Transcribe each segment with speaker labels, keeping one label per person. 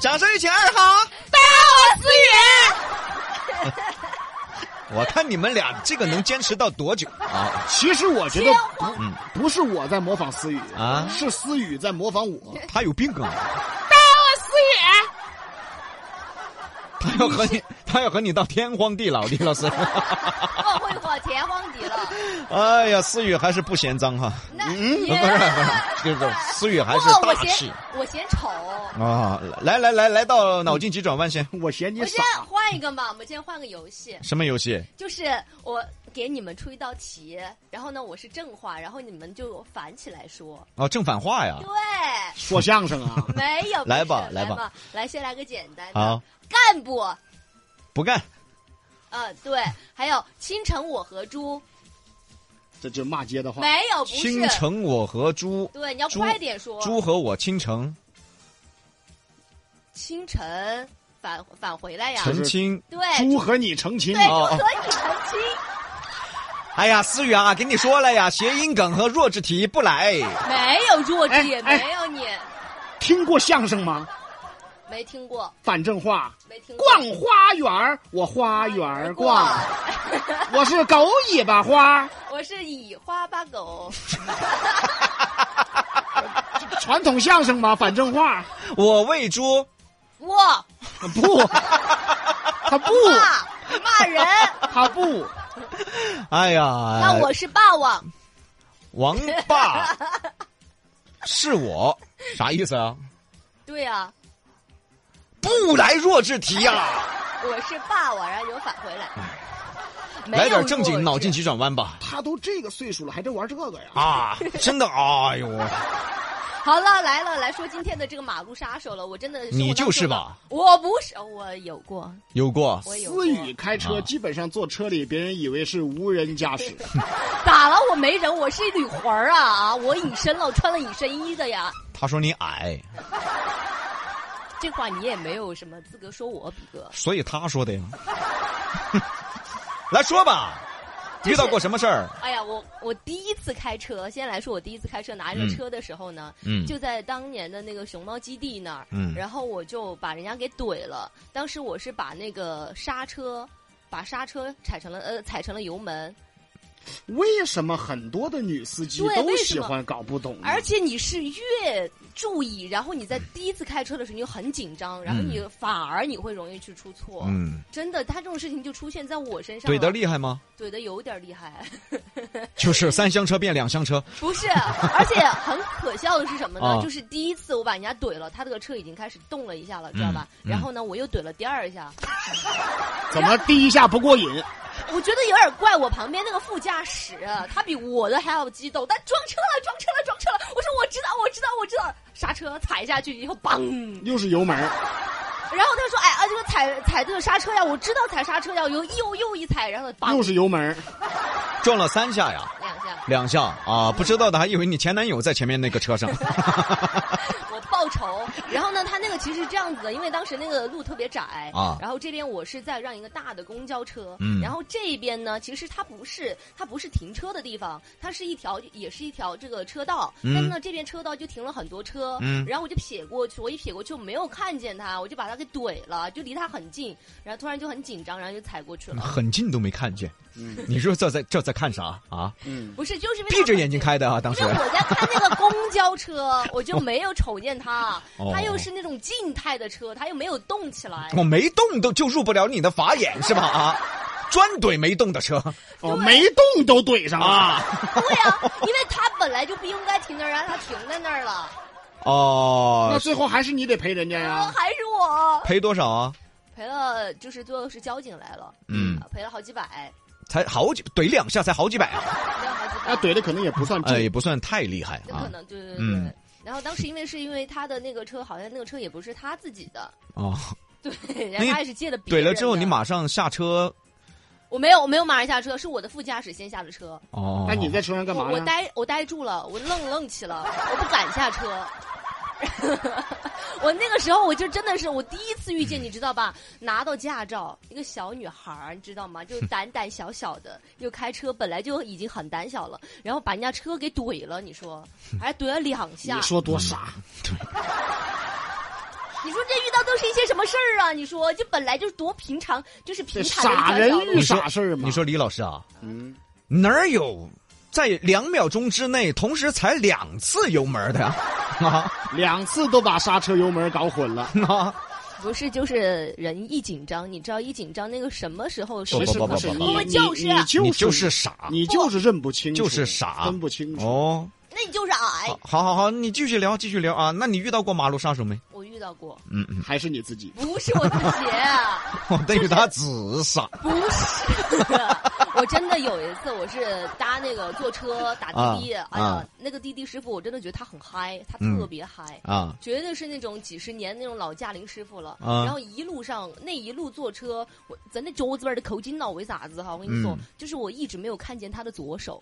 Speaker 1: 掌声有请二哈！
Speaker 2: 大家好，我是思雨。
Speaker 1: 我看你们俩这个能坚持到多久啊？
Speaker 3: 其实我觉得不，嗯不是我在模仿思雨
Speaker 1: 啊
Speaker 3: 是思雨在模仿我。
Speaker 1: 他有病啊！
Speaker 2: 大家好，我是思雨。
Speaker 1: 他要和 你，他要和你到天荒地老，李老师。
Speaker 2: 我会火天荒地了。
Speaker 1: 哎呀，思雨还是不嫌脏 哈。
Speaker 2: 那
Speaker 1: 嗯，
Speaker 2: 你
Speaker 1: 不是不是，就是思雨还是
Speaker 2: 不，我
Speaker 1: 大
Speaker 2: 嫌
Speaker 1: 气
Speaker 2: 我嫌丑。
Speaker 1: 啊！来来来，来到脑筋急转弯先。
Speaker 3: 我嫌你
Speaker 2: 我
Speaker 3: 傻
Speaker 2: 先，换一个嘛，我们先换个游戏，
Speaker 1: 什么游戏？
Speaker 2: 就是我给你们出一道题，然后呢我是正话，然后你们就反起来说。
Speaker 1: 哦，正反话呀
Speaker 2: 对。，
Speaker 3: 说相声啊，
Speaker 2: 没有。不
Speaker 1: 来
Speaker 2: 是
Speaker 1: 吧
Speaker 2: 来
Speaker 1: 来吧
Speaker 2: 嘛，来先来个简单的。
Speaker 1: 好，
Speaker 2: 干部，啊、
Speaker 1: 不干。
Speaker 2: 对，还有倾城我和猪，
Speaker 3: 这就是骂街的话。
Speaker 2: 没有不是。
Speaker 1: 倾城我和猪，
Speaker 2: 对，你要
Speaker 1: 猪
Speaker 2: 快点说。
Speaker 1: 猪和我倾城，
Speaker 2: 清晨返返回来呀。
Speaker 1: 澄清。
Speaker 2: 对，
Speaker 3: 猪和你成亲
Speaker 2: 对，
Speaker 3: 啊，
Speaker 2: 猪
Speaker 1: 哦
Speaker 2: 和你成亲。
Speaker 1: 哎呀，思雨啊，跟你说了呀，谐音梗和弱智题不来。
Speaker 2: 没有弱智，
Speaker 3: 哎
Speaker 2: 也
Speaker 3: 哎
Speaker 2: 没有你，
Speaker 3: 听过相声吗？
Speaker 2: 没听过，
Speaker 3: 反正话，
Speaker 2: 没听过。
Speaker 3: 逛花园儿我花园儿逛，我是狗尾巴花，
Speaker 2: 我是以花八狗，
Speaker 3: 传统相声嘛，反正话
Speaker 1: 我喂猪，
Speaker 2: 哇，
Speaker 3: 不， 他不，
Speaker 2: 骂骂 人。
Speaker 3: 他不，
Speaker 1: 哎呀，
Speaker 2: 那我是霸王，
Speaker 1: 王霸是我，啥意思啊？
Speaker 2: 对呀、
Speaker 1: 不来弱智题呀、
Speaker 2: 我是霸王，然后有返回来。没有
Speaker 1: 来点正
Speaker 2: 弱
Speaker 1: 经
Speaker 2: 智
Speaker 1: 脑筋急转弯吧！
Speaker 3: 他都这个岁数了，还在玩这个呀？
Speaker 1: 啊，真的，哎呦，
Speaker 2: 好了，来了，来说今天的这个马路杀手了，我真的是
Speaker 1: 你就是吧？
Speaker 2: 我不是，我有过，
Speaker 1: 有过
Speaker 2: 我有过
Speaker 3: 思雨开车
Speaker 1: 啊
Speaker 3: 基本上坐车里，别人以为是无人驾驶。
Speaker 2: 咋了？我没人，我是一缕魂儿啊啊！我隐身了，我穿了隐身衣的呀。
Speaker 1: 他说你矮，
Speaker 2: 这话你也没有什么资格说我，比哥。
Speaker 1: 所以他说的呀。 来说吧，
Speaker 2: 就是
Speaker 1: 遇到过什么事儿？
Speaker 2: 哎呀，我我第一次开车，先来说我第一次开车拿着车的时候呢，
Speaker 1: 嗯
Speaker 2: 就在当年的那个熊猫基地那儿，
Speaker 1: 嗯
Speaker 2: 然后我就把人家给怼了。当时我是把那个刹车，把刹车踩成了呃踩成了油门，
Speaker 3: 为什么很多的女司机
Speaker 2: 对
Speaker 3: 都
Speaker 2: 为什
Speaker 3: 喜
Speaker 2: 么
Speaker 3: 欢搞不懂呢？
Speaker 2: 而且你是越注意，然后你在第一次开车的时候你就很紧张，然后你反而你会容易去出错。
Speaker 1: 嗯，
Speaker 2: 真的，他这种事情就出现在我身上
Speaker 1: 怼
Speaker 2: 了，
Speaker 1: 得厉害吗？
Speaker 2: 怼的有点厉害。
Speaker 1: 就是三厢车变两厢车，
Speaker 2: 不是，而且很可笑的是什么呢？
Speaker 1: 啊
Speaker 2: 就是第一次我把人家怼了，他这个车已经开始动了一下了，知道吧？
Speaker 1: 嗯
Speaker 2: 然后呢，我又怼了第二下，
Speaker 3: 怎么第一下不过瘾？
Speaker 2: 我觉得有点怪。我旁边那个副驾驶，他比我的还要激动，他撞车了，撞车了，撞车了！我说我知道，我知道，我知道，刹车踩下去以后，梆！
Speaker 3: 又是油门儿，
Speaker 2: 然后他说：“哎啊，这个踩踩这个刹车呀，我知道踩刹车要又又又一踩，然后
Speaker 3: 又
Speaker 2: 梆
Speaker 3: 是油门儿，
Speaker 1: 撞了三下呀，
Speaker 2: 两下，
Speaker 1: 两下啊！不知道的还以为你前男友在前面那个车上。
Speaker 2: 我报仇。然后呢，他那个其实是这样子的，因为当时那个路特别窄
Speaker 1: 啊
Speaker 2: 然后这边我是在让一个大的公交车，
Speaker 1: 嗯
Speaker 2: 然后这边呢，其实它不是它不是停车的地方，它是一条也是一条这个车道，
Speaker 1: 嗯
Speaker 2: 但是呢这边车道就停了很多车，
Speaker 1: 嗯
Speaker 2: 然后我就撇过去，我一撇过去我没有看见他，我就把他给怼了，就离他很近，然后突然就很紧张，然后就踩过去了。
Speaker 1: 很近都没看见。
Speaker 3: 嗯
Speaker 1: 你说这在这在看啥啊？
Speaker 3: 嗯，
Speaker 2: 不是，就是因为
Speaker 1: 闭
Speaker 2: 他
Speaker 1: 着
Speaker 2: 很
Speaker 1: 眼睛
Speaker 2: 近
Speaker 1: 开的啊，当时
Speaker 2: 因为。我在看那个公交车，我就没有瞅见他，
Speaker 1: 哦
Speaker 2: 他又是那种静态的车，他又没有动起来。
Speaker 1: 我没动都就入不了你的法眼是吧？啊，专怼没动的车
Speaker 2: 对
Speaker 3: 哦，
Speaker 2: 啊
Speaker 3: 没动都怼上了。！
Speaker 2: 对呀、因为他本来就不应该停那儿，让他停在那儿了。
Speaker 3: 那
Speaker 1: 哦，
Speaker 3: 最后还是你得赔人家
Speaker 1: 啊
Speaker 2: 然后
Speaker 3: 呀。
Speaker 2: 还是我
Speaker 1: 赔多少啊？
Speaker 2: 赔了，就是最后是交警来了，
Speaker 1: 嗯，
Speaker 2: 赔了好几百，
Speaker 1: 才好几怼两下才好几百啊，
Speaker 2: 赔了好几百，
Speaker 3: 那怼的可能也不算重
Speaker 1: 呃，，也不算太厉害
Speaker 2: 有可
Speaker 1: 啊。
Speaker 2: 能，对对对对。
Speaker 1: 嗯
Speaker 2: 然后当时因为是因为他的那个车，好像那个车也不是他自己的，
Speaker 1: 哦，
Speaker 2: 对，然后
Speaker 1: 你
Speaker 2: 他也是借了
Speaker 1: 怼
Speaker 2: 别人的。
Speaker 1: 了之后你马上下车
Speaker 2: 我没有我没有马上下车，是我的副驾驶先下的车。
Speaker 1: 哦。
Speaker 3: 那哎你在车上干嘛
Speaker 2: 我我
Speaker 3: 呢？
Speaker 2: 呆我呆住了，我愣愣起了，我不敢下车。 我那个时候我就真的是我第一次遇见，你知道吧？拿到驾照，一个小女孩儿，你知道吗？就胆胆小小的，又开车本来就已经很胆小了，然后把人家车给怼了，你说，还怼了两
Speaker 3: 你
Speaker 2: 下，
Speaker 3: 说多傻，
Speaker 2: 你说这遇到都是一些什么事儿啊？你说就本来就是多平常，就是平
Speaker 3: 这
Speaker 2: 坦的一条
Speaker 3: 傻人
Speaker 2: 小路
Speaker 3: 遇
Speaker 1: 你说
Speaker 3: 傻事儿嘛。
Speaker 1: 你说李老师啊，
Speaker 3: 嗯，
Speaker 1: 哪儿有在两秒钟之内同时踩两次油门的呀？啊
Speaker 3: 两次都把刹车油门搞混了。
Speaker 1: 啊！
Speaker 2: 不是，就是人一紧张，你知道一紧张那个什么时候
Speaker 1: 不
Speaker 2: 是
Speaker 3: 其
Speaker 1: 不
Speaker 3: 实
Speaker 1: 不不
Speaker 3: 是
Speaker 1: 不
Speaker 3: 你，
Speaker 1: 不
Speaker 2: 不
Speaker 3: 你
Speaker 2: 就是
Speaker 3: 你就是
Speaker 1: 你
Speaker 3: 你
Speaker 1: 就是傻，
Speaker 3: 你就是认不清楚，
Speaker 1: 就是傻
Speaker 3: 分不清楚。
Speaker 1: 哦。
Speaker 2: 那你就是哎矮
Speaker 1: 好，，好，好，好，你继续聊，继续聊啊。那你遇到过马路杀手没？
Speaker 2: 我遇到过，
Speaker 1: 嗯嗯，
Speaker 3: 还是你自己，
Speaker 2: 不是我自己、
Speaker 1: 我对他只傻。
Speaker 2: 不是， 我真的有一次，我是搭那个坐车打滴滴，
Speaker 1: 啊
Speaker 2: 哎呀
Speaker 1: 啊，
Speaker 2: 那个滴滴师傅，我真的觉得他很嗨，他
Speaker 1: 嗯
Speaker 2: 特别嗨。
Speaker 1: 啊，
Speaker 2: 绝对是那种几十年那种老驾龄师傅了，
Speaker 1: 啊
Speaker 2: 然后一路上那一路坐车，我咱那桌子边的口筋脑为啥子哈？我跟你说，
Speaker 1: 嗯
Speaker 2: 就是我一直没有看见他的左手，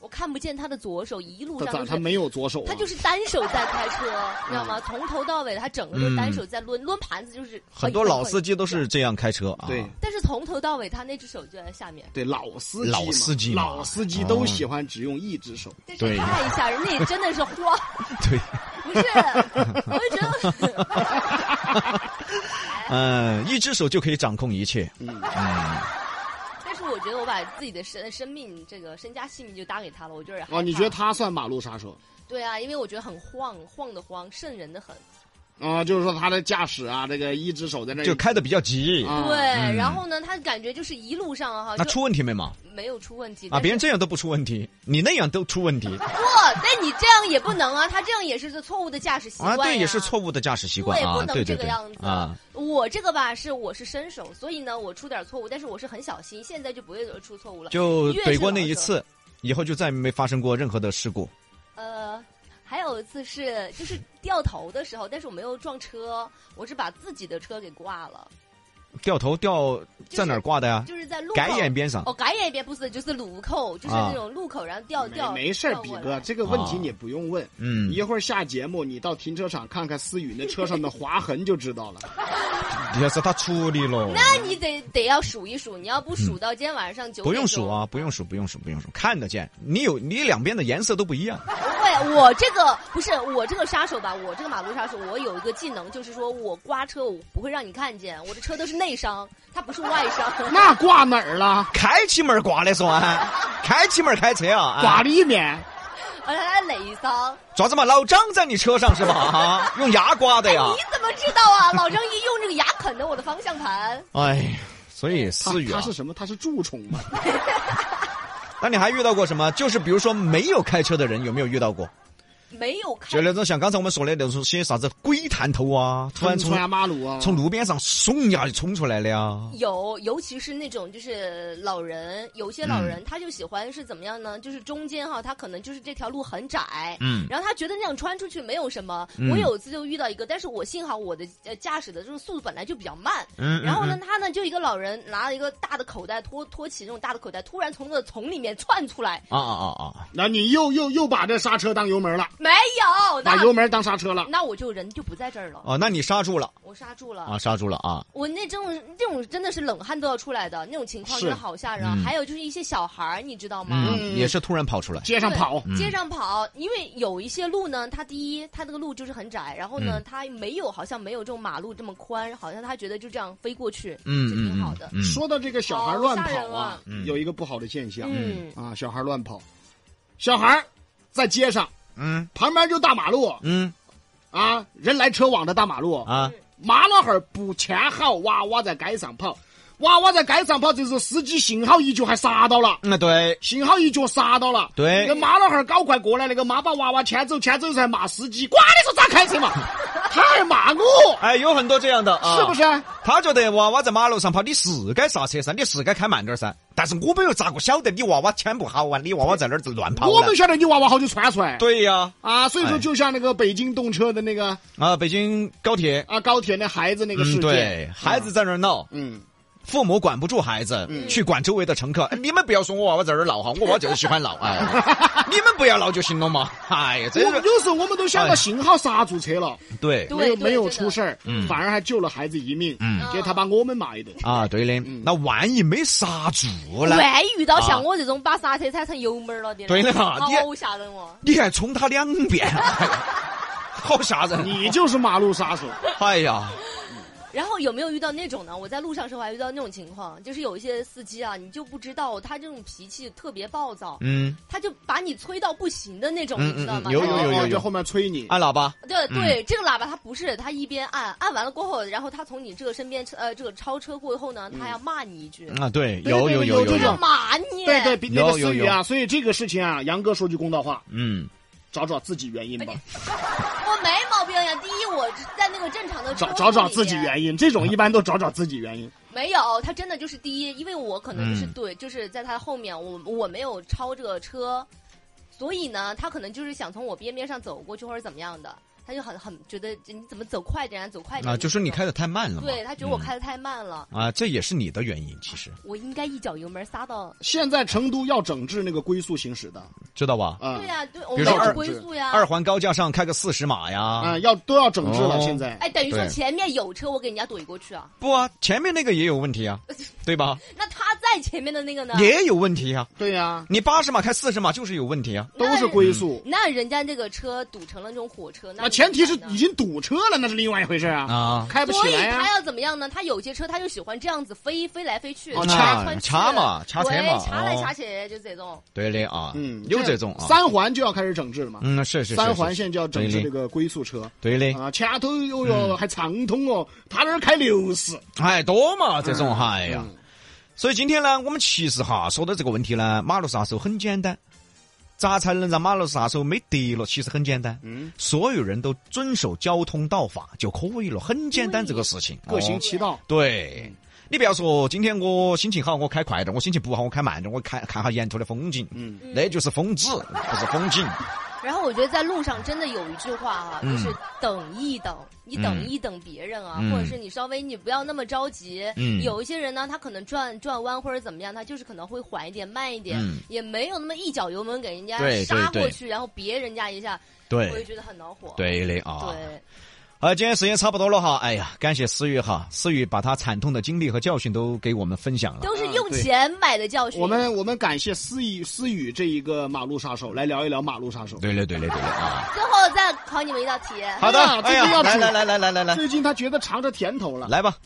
Speaker 2: 我看不见他的左手，一路
Speaker 3: 他
Speaker 2: 上
Speaker 3: 咋
Speaker 2: 就
Speaker 3: 他
Speaker 2: 是
Speaker 3: 没有左手啊？
Speaker 2: 他就是单手在开车，你知道
Speaker 1: 嗯
Speaker 2: 吗？从头到尾他整个就是单手在抡抡盘子，就是
Speaker 1: 很多老司机都是这样开车啊。
Speaker 3: 对
Speaker 2: 但是从头到尾，他那只手就在下面，
Speaker 3: 对老司机嘛，
Speaker 1: 老司机嘛嗯
Speaker 3: 老司机都喜欢只用一只手。
Speaker 2: 但
Speaker 1: 对
Speaker 2: 是太吓人，那真的是慌，
Speaker 1: 对，
Speaker 2: 不是，我就觉得
Speaker 1: 嗯，一只手就可以掌控一切。
Speaker 3: 嗯，
Speaker 1: 嗯，
Speaker 2: 但是我觉得我把自己的生生命这个身家性命就搭给他了，我就是害怕
Speaker 3: 哦，你觉得？他算马路杀手
Speaker 2: 对啊，因为我觉得很晃，晃的慌，瘆人的很。
Speaker 3: 啊？就是说他的驾驶啊，这个一只手在那
Speaker 1: 就开的比较急。
Speaker 3: 啊，
Speaker 2: 对，然后呢，他感觉就是一路上哈，
Speaker 1: 嗯那
Speaker 2: 就
Speaker 1: 出问题没嘛？
Speaker 2: 没有出问题
Speaker 1: 啊，
Speaker 2: 但是
Speaker 1: 别人这样都不出问题，你那样都出问题
Speaker 2: 不，但你这样也不能啊，他这样也是个错误的驾驶习惯、
Speaker 1: 啊！
Speaker 2: 呀
Speaker 1: 对，也是错误的驾驶习惯
Speaker 2: 对
Speaker 1: 啊！
Speaker 2: 不能
Speaker 1: 对
Speaker 2: 这
Speaker 1: 对
Speaker 2: 个
Speaker 1: 对
Speaker 2: 样子
Speaker 1: 啊！
Speaker 2: 我这个吧，是我是伸手，所以呢，我出点错误，但是我是很小心，现在就不会出错误了。
Speaker 1: 就
Speaker 2: 越是
Speaker 1: 怼过那
Speaker 2: 老
Speaker 1: 一
Speaker 2: 车
Speaker 1: 次，以后就再没发生过任何的事故。
Speaker 2: 呃，还有一次是就是掉头的时候，但是我没有撞车，我是把自己的车给挂了，
Speaker 1: 掉头掉在哪儿挂的呀？
Speaker 2: 就是在路口。
Speaker 1: 改眼边上
Speaker 2: 哦，改眼边不是，就是路口，就是
Speaker 1: 啊
Speaker 2: 那种路口，然后掉掉。
Speaker 3: 没没事儿
Speaker 2: 掉
Speaker 3: 比
Speaker 2: 过来
Speaker 3: 哥，这个问题你不用问。
Speaker 1: 嗯，
Speaker 3: 一会儿下节目，你到停车场看看思雨那车上的划痕就知道了。
Speaker 1: 也是他处理了。
Speaker 2: 那你得得要数一数，你要不数到今天晚上九点、
Speaker 1: 不用数啊，不用。数，不用数，不用数，看得见。你有你两边的颜色都不一样。
Speaker 2: 不会，我这个不是我这个杀手吧？我这个马路杀手，我有一个技能，就是说我刮车，我不会让你看见，我的车都是内伤，它不是外伤。
Speaker 3: 那挂哪儿了？
Speaker 1: 开起门儿挂的说啊，开起门儿开车啊，
Speaker 3: 挂里面。
Speaker 2: 而且 它内伤。
Speaker 1: 爪子嘛？老张在你车上是吧？啊，用牙刮的呀。
Speaker 2: 你怎么知道啊？老张一用这个牙啃的我的方向盘，
Speaker 1: 哎呀，所以思雨
Speaker 3: 他
Speaker 1: 啊
Speaker 3: 他，是什么？他是蛀虫吗？
Speaker 1: 那你还遇到过什么？就是比如说没有开车的人，有没有遇到过？
Speaker 2: 没有
Speaker 1: 就
Speaker 2: 看。
Speaker 1: 那种像刚才我们说的那种些啥子鬼探头啊，突然从
Speaker 3: 穿马路啊！
Speaker 1: 从路边上嗖一下就冲出来了呀。
Speaker 2: 有，尤其是那种就是老人，有些老
Speaker 1: 嗯
Speaker 2: 人他就喜欢是怎么样呢？就是中间哈，他可能就是这条路很窄，
Speaker 1: 嗯
Speaker 2: 然后他觉得那样穿出去没有什么。
Speaker 1: 嗯
Speaker 2: 我有一次就遇到一个，但是我幸好我的呃驾驶的这个速度本来就比较慢，
Speaker 1: 嗯，嗯
Speaker 2: 然后呢
Speaker 1: 嗯，
Speaker 2: 他呢就一个老人拿了一个大的口袋托托起那种大的口袋，突然从那个丛里面窜出来，
Speaker 1: 啊啊啊啊！
Speaker 3: 那你又又又把这刹车当油门了，
Speaker 2: 没有，
Speaker 3: 把
Speaker 1: 哎
Speaker 2: 那
Speaker 3: 油门当刹车了。
Speaker 2: 那我就人就不在这儿了，
Speaker 1: 哦，那你刹住了
Speaker 2: 我刹住了
Speaker 1: 啊，刹住了啊。
Speaker 2: 我那这种这种真的是冷汗都要出来的那种情况，
Speaker 3: 是
Speaker 2: 真的好吓人啊。
Speaker 1: 嗯
Speaker 2: 还有就是一些小孩儿，你知道吗？
Speaker 1: 嗯，也是突然跑出来。
Speaker 3: 街上跑，嗯
Speaker 2: 对街上跑，因为有一些路呢，它第一，它那个路就是很窄，然后呢，
Speaker 1: 嗯
Speaker 2: 它没有好像没有这种马路这么宽，好像他觉得就这样飞过去，
Speaker 1: 嗯
Speaker 2: 是挺好
Speaker 1: 嗯
Speaker 2: 的。
Speaker 1: 嗯，
Speaker 3: 说到这个小孩乱
Speaker 2: 好吓
Speaker 3: 跑
Speaker 2: 人
Speaker 3: 啊
Speaker 2: 啊，
Speaker 1: 嗯
Speaker 3: 有一个不好的现象、
Speaker 2: 嗯，
Speaker 3: 啊，小孩乱跑，小孩在街上
Speaker 1: 嗯
Speaker 3: 旁边就大马路
Speaker 1: 嗯
Speaker 3: 啊，人来车往的大马路，
Speaker 1: 啊，
Speaker 3: 马老汉儿不牵好娃娃在街上跑，娃娃在街上跑，这时候司机幸好一脚还刹到了。
Speaker 1: 那嗯对
Speaker 3: 幸好一脚刹到了，
Speaker 1: 对
Speaker 3: 那马老汉儿赶快过来，那个妈把娃娃牵走，牵走才骂司机，管你说咋 开车嘛，他还骂我，
Speaker 1: 哎，有很多这样的啊，
Speaker 3: 是不？是？
Speaker 1: 他觉得娃娃在马路上跑，你是该刹车噻，你是该开慢点儿噻。但是我们又咋个晓得你娃娃牵不好啊？你娃娃在那儿乱跑
Speaker 3: 我
Speaker 1: 呢
Speaker 3: 们？晓得你娃娃好久窜出来，
Speaker 1: 对呀，
Speaker 3: 啊，所以说
Speaker 1: 哎
Speaker 3: 就像那个北京动车的那个
Speaker 1: 啊，北京高铁，
Speaker 3: 啊高铁那孩子那个事
Speaker 1: 嗯，
Speaker 3: 件，啊
Speaker 1: 对，孩子在那儿闹，
Speaker 3: 嗯，
Speaker 1: 父母管不住孩子，去管周围的乘客。哎你们不要说我娃娃在这儿闹哈，我娃就是喜欢闹， 哎，你们不要闹就行了嘛。哎呀，
Speaker 3: 我
Speaker 1: 真是
Speaker 3: 有时候我们都想
Speaker 1: 哎
Speaker 3: 到幸好刹住车
Speaker 2: 哎
Speaker 3: 了，
Speaker 1: 对
Speaker 2: 对
Speaker 3: 没有
Speaker 2: 对
Speaker 3: 没有
Speaker 2: 真的
Speaker 3: 出事儿
Speaker 1: 嗯，
Speaker 3: 反而还救了孩子一命，
Speaker 1: 嗯
Speaker 3: 给他把我们骂一顿。
Speaker 1: 啊，对的。那万一没刹住呢？
Speaker 2: 万哎一遇到
Speaker 1: 啊
Speaker 2: 像我这种把刹车踩成油门儿了的呢，
Speaker 1: 对的嘛你
Speaker 2: 好吓人哦。
Speaker 1: 你还冲他两遍，好吓人！
Speaker 2: 嗯
Speaker 3: 你就是马路杀手。
Speaker 1: 哎呀，
Speaker 2: 然后有没有遇到那种呢？我在路上时候还遇到那种情况，就是有一些司机啊，你就不知道他这种脾气特别暴躁，
Speaker 1: 嗯，
Speaker 2: 他就把你催到不行的那种，
Speaker 1: 嗯
Speaker 2: 你知道吗？
Speaker 1: 嗯嗯有嗯
Speaker 2: 然后
Speaker 1: 有啊有有
Speaker 3: 在后面催你。
Speaker 1: 按喇叭，
Speaker 2: 对对，这个喇叭它不是，它一边按按完了过后，然后他从你这个身边呃这个超车过后呢，他还要骂你一句，
Speaker 1: 啊，对，
Speaker 3: 对
Speaker 1: 嗯有
Speaker 3: 对
Speaker 1: 有
Speaker 3: 对
Speaker 1: 有有
Speaker 3: 有这
Speaker 2: 要
Speaker 1: 有
Speaker 3: 种，
Speaker 2: 骂你。
Speaker 3: 对对，比那
Speaker 1: 有
Speaker 3: 个
Speaker 1: 有
Speaker 3: 思雨啊，所以这个事情啊，杨哥说句公道话，
Speaker 1: 嗯，
Speaker 3: 找找自己原因
Speaker 2: 哎
Speaker 3: 吧，
Speaker 2: 我没毛病呀。第一，我在那个正常的车
Speaker 3: 找找找
Speaker 2: 里
Speaker 3: 自己
Speaker 2: 面
Speaker 3: 原因，这种一般都找找自己原因。
Speaker 2: 没有，他真的就是第一，因为我可能就是
Speaker 1: 嗯
Speaker 2: 对，就是在他后面，我我没有超这个车，所以呢，他可能就是想从我边边上走过去或者怎么样的，他就很很觉得你怎么走快点啊，走快点
Speaker 1: 啊，就说你
Speaker 2: 这种
Speaker 1: 开的太慢了嘛，
Speaker 2: 对他觉得我
Speaker 1: 嗯
Speaker 2: 开的太慢了，
Speaker 1: 啊，这也是你的原因，其实
Speaker 2: 我应该一脚油门撒到，
Speaker 3: 现在成都要整治那个龟速行驶的
Speaker 1: 知道吧？
Speaker 3: 啊
Speaker 2: 对，呀、对，我
Speaker 1: 嗯比如
Speaker 2: 们
Speaker 1: 说
Speaker 2: 要
Speaker 1: 二
Speaker 2: 龟速呀。
Speaker 1: 二环高架上开个四十码呀，
Speaker 3: 啊，要都要整治了。
Speaker 1: 哦
Speaker 3: 现在
Speaker 2: 哎，等于说
Speaker 1: 对
Speaker 2: 前面有车，我给人家怼过去啊，
Speaker 1: 不啊，前面那个也有问题啊，对吧？
Speaker 2: 那他在前面的那个呢？
Speaker 1: 也有问题啊，
Speaker 3: 对呀，
Speaker 1: 你八十码开四十码就是有问题啊，
Speaker 2: 那
Speaker 3: 都是龟速，
Speaker 2: 那人家这个车堵成了那种火车，
Speaker 3: 那
Speaker 2: 那
Speaker 3: 前提是
Speaker 2: 你怎么办
Speaker 3: 已
Speaker 2: 呢
Speaker 3: 经堵车了，那是另外一回事啊，
Speaker 1: 啊，
Speaker 3: 开不
Speaker 2: 所
Speaker 3: 起
Speaker 2: 以
Speaker 3: 来
Speaker 2: 他
Speaker 3: 呀。
Speaker 2: 要怎么样呢？他有些车他就喜欢这样子飞飞来飞去，
Speaker 3: 哦
Speaker 2: 穿
Speaker 1: 那
Speaker 2: 穿
Speaker 1: 掐嘛掐
Speaker 2: 对
Speaker 1: 钱嘛
Speaker 2: 掐来
Speaker 1: 哦
Speaker 2: 掐去就这种。
Speaker 1: 对的啊，
Speaker 3: 嗯，
Speaker 1: 有这种啊，
Speaker 3: 三环就要开始整治了嘛。
Speaker 1: 嗯，是是是
Speaker 3: 三
Speaker 1: 是
Speaker 3: 环
Speaker 1: 是哎
Speaker 3: 线就要整治这个龟速车
Speaker 1: 对的，
Speaker 3: 啊，前头哟哟
Speaker 1: 嗯
Speaker 3: 还畅通哦，他那儿开六十，
Speaker 1: 哎，多嘛这种，哎呀
Speaker 3: 嗯，
Speaker 1: 所以今天呢，我们其实哈说到这个问题呢，马路杀手很简单，咋才能让马路杀手没得了？其实很简单，
Speaker 3: 嗯，
Speaker 1: 所有人都遵守交通道法就可以了，很简单
Speaker 2: 对
Speaker 1: 这个事情。
Speaker 3: 各行
Speaker 1: 哦
Speaker 3: 其道。
Speaker 1: 对。你不要说今天我心情好，我开快点；我心情不好，我开慢点。我看看下沿途的风景，
Speaker 3: 嗯
Speaker 1: 那就是风止，不是风景。
Speaker 2: 然后我觉得在路上真的有一句话啊，
Speaker 1: 嗯
Speaker 2: 就是等一等，你等一等别人啊，
Speaker 1: 嗯
Speaker 2: 或者是你稍微你不要那么着急。
Speaker 1: 嗯
Speaker 2: 有一些人呢，他可能转转弯或者怎么样，他就是可能会缓一点、慢一点，
Speaker 1: 嗯
Speaker 2: 也没有那么一脚油门给人家
Speaker 1: 对
Speaker 2: 杀
Speaker 1: 对
Speaker 2: 过
Speaker 1: 对
Speaker 2: 去，然后别人家一下，我就
Speaker 1: 对，
Speaker 2: 觉得很恼火。
Speaker 1: 对的啊。
Speaker 2: 对
Speaker 1: 好，今天时间差不多了哈。哎呀，感谢思雨哈，思雨把她惨痛的经历和教训都给我们分享了。
Speaker 2: 都是
Speaker 3: 啊
Speaker 2: 用
Speaker 3: 对
Speaker 2: 钱买的教训。
Speaker 3: 我们我们感谢思雨思雨这一个马路杀手，来聊一聊马路杀手。
Speaker 1: 对了，对了，对了啊！
Speaker 2: 最后再考你们一道题。
Speaker 1: 好的，
Speaker 3: 哎呀
Speaker 1: 哎
Speaker 3: 这个
Speaker 1: 呀，
Speaker 3: 要
Speaker 1: 来
Speaker 3: 煮
Speaker 1: 来来来来来来
Speaker 3: 最近他觉得尝着甜头了，
Speaker 1: 来吧，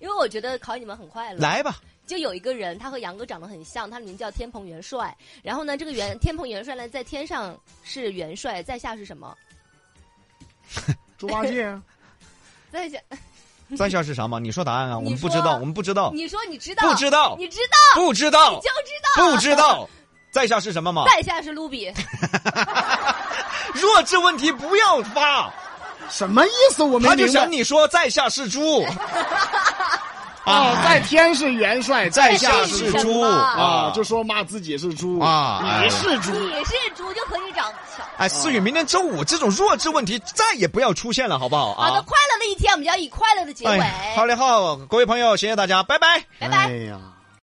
Speaker 2: 因为我觉得考你们很快乐。，
Speaker 1: 来吧，
Speaker 2: 就有一个人，他和杨哥长得很像，他名叫天蓬元帅。然后呢，这个元天蓬元帅呢，在天上是元帅，在下是什么？
Speaker 3: 猪八戒啊，
Speaker 2: 在下，
Speaker 1: 在下是啥嘛？你说答案啊？我们
Speaker 2: 嗯你
Speaker 1: 不
Speaker 2: 说
Speaker 1: 知道，我们不知道，
Speaker 2: 你说你知道？
Speaker 1: 不知道，
Speaker 2: 你知道？
Speaker 1: 不知道
Speaker 2: 你，就知道。
Speaker 1: 不知。道，在下是什么嘛？
Speaker 2: 在下是卢比，
Speaker 1: 弱智问题不要发，
Speaker 3: 什么意思？我没
Speaker 1: 他就
Speaker 3: 明白
Speaker 1: 想你说在下是 猪
Speaker 3: 哦，
Speaker 1: 啊，
Speaker 3: 在天是元帅，在
Speaker 1: 在
Speaker 3: 下
Speaker 1: 下
Speaker 3: 是
Speaker 1: 是
Speaker 2: 在下
Speaker 3: 猪
Speaker 1: 猪
Speaker 3: 啊，
Speaker 1: 啊，
Speaker 3: 就说骂自己是猪
Speaker 1: 啊哎
Speaker 3: 你是猪，
Speaker 2: 你是猪就和你长小。
Speaker 1: 哎，思雨，明天周五这种弱智问题再也不要出现了，好不好
Speaker 2: 好的，
Speaker 1: 啊？哎
Speaker 2: 快乐的一天，我们就要以快乐的结尾。
Speaker 1: 哎，好嘞，好，各位朋友，谢谢大家，拜拜。
Speaker 2: 拜拜
Speaker 3: 哎呀。